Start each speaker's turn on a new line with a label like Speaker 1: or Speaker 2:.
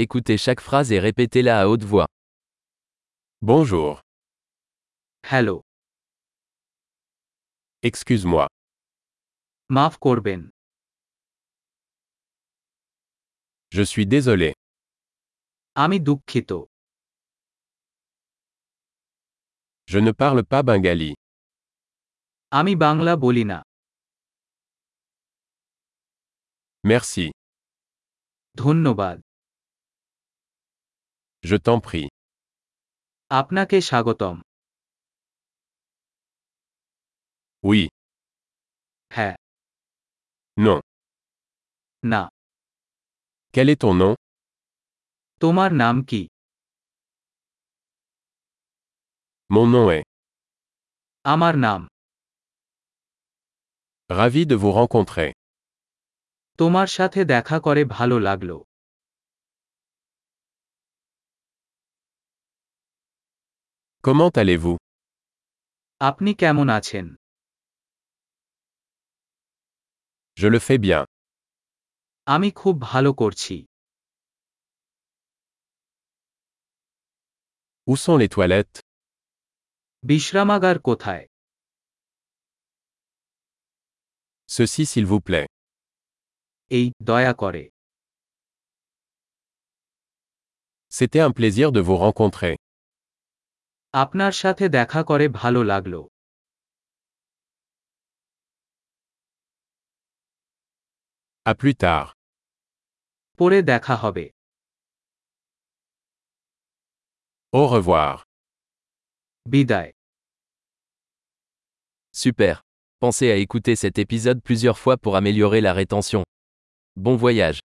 Speaker 1: Écoutez chaque phrase et répétez-la à haute voix.
Speaker 2: Bonjour,
Speaker 3: হ্যালো
Speaker 2: excuse-moi,
Speaker 3: মাফ করবেন
Speaker 2: je suis désolé,
Speaker 3: আমি দুঃখিত
Speaker 2: je ne parle pas bengali,
Speaker 3: আমি বাংলা বলি না
Speaker 2: merci,
Speaker 3: ধন্যবাদ
Speaker 2: je t'en prie,
Speaker 3: আপনাকে স্বাগতম
Speaker 2: oui,
Speaker 3: হ্যাঁ
Speaker 2: non,
Speaker 3: না
Speaker 2: quel est ton nom,
Speaker 3: তোমার নাম কি
Speaker 2: mon nom est,
Speaker 3: আমার নাম
Speaker 2: ravi de vous rencontrer,
Speaker 3: তোমার সাথে দেখা করে ভালো লাগলো
Speaker 2: comment allez-vous,
Speaker 3: আপনি কেমন আছেন
Speaker 2: je le fais bien,
Speaker 3: আমি খুব ভালো করছি
Speaker 2: où sont les toilettes,
Speaker 3: বিশ্রামাগার কোথায়
Speaker 2: ceci s'il vous plaît,
Speaker 3: এই দয়া করে
Speaker 2: c'était un plaisir de vous rencontrer,
Speaker 3: আপনার সাথে দেখা করে ভালো লাগলো
Speaker 2: à plus tard,
Speaker 3: পরে দেখা হবে
Speaker 2: au revoir,
Speaker 3: বিদায়
Speaker 1: Super. Pensez à écouter cet épisode plusieurs fois pour améliorer la rétention. Bon voyage.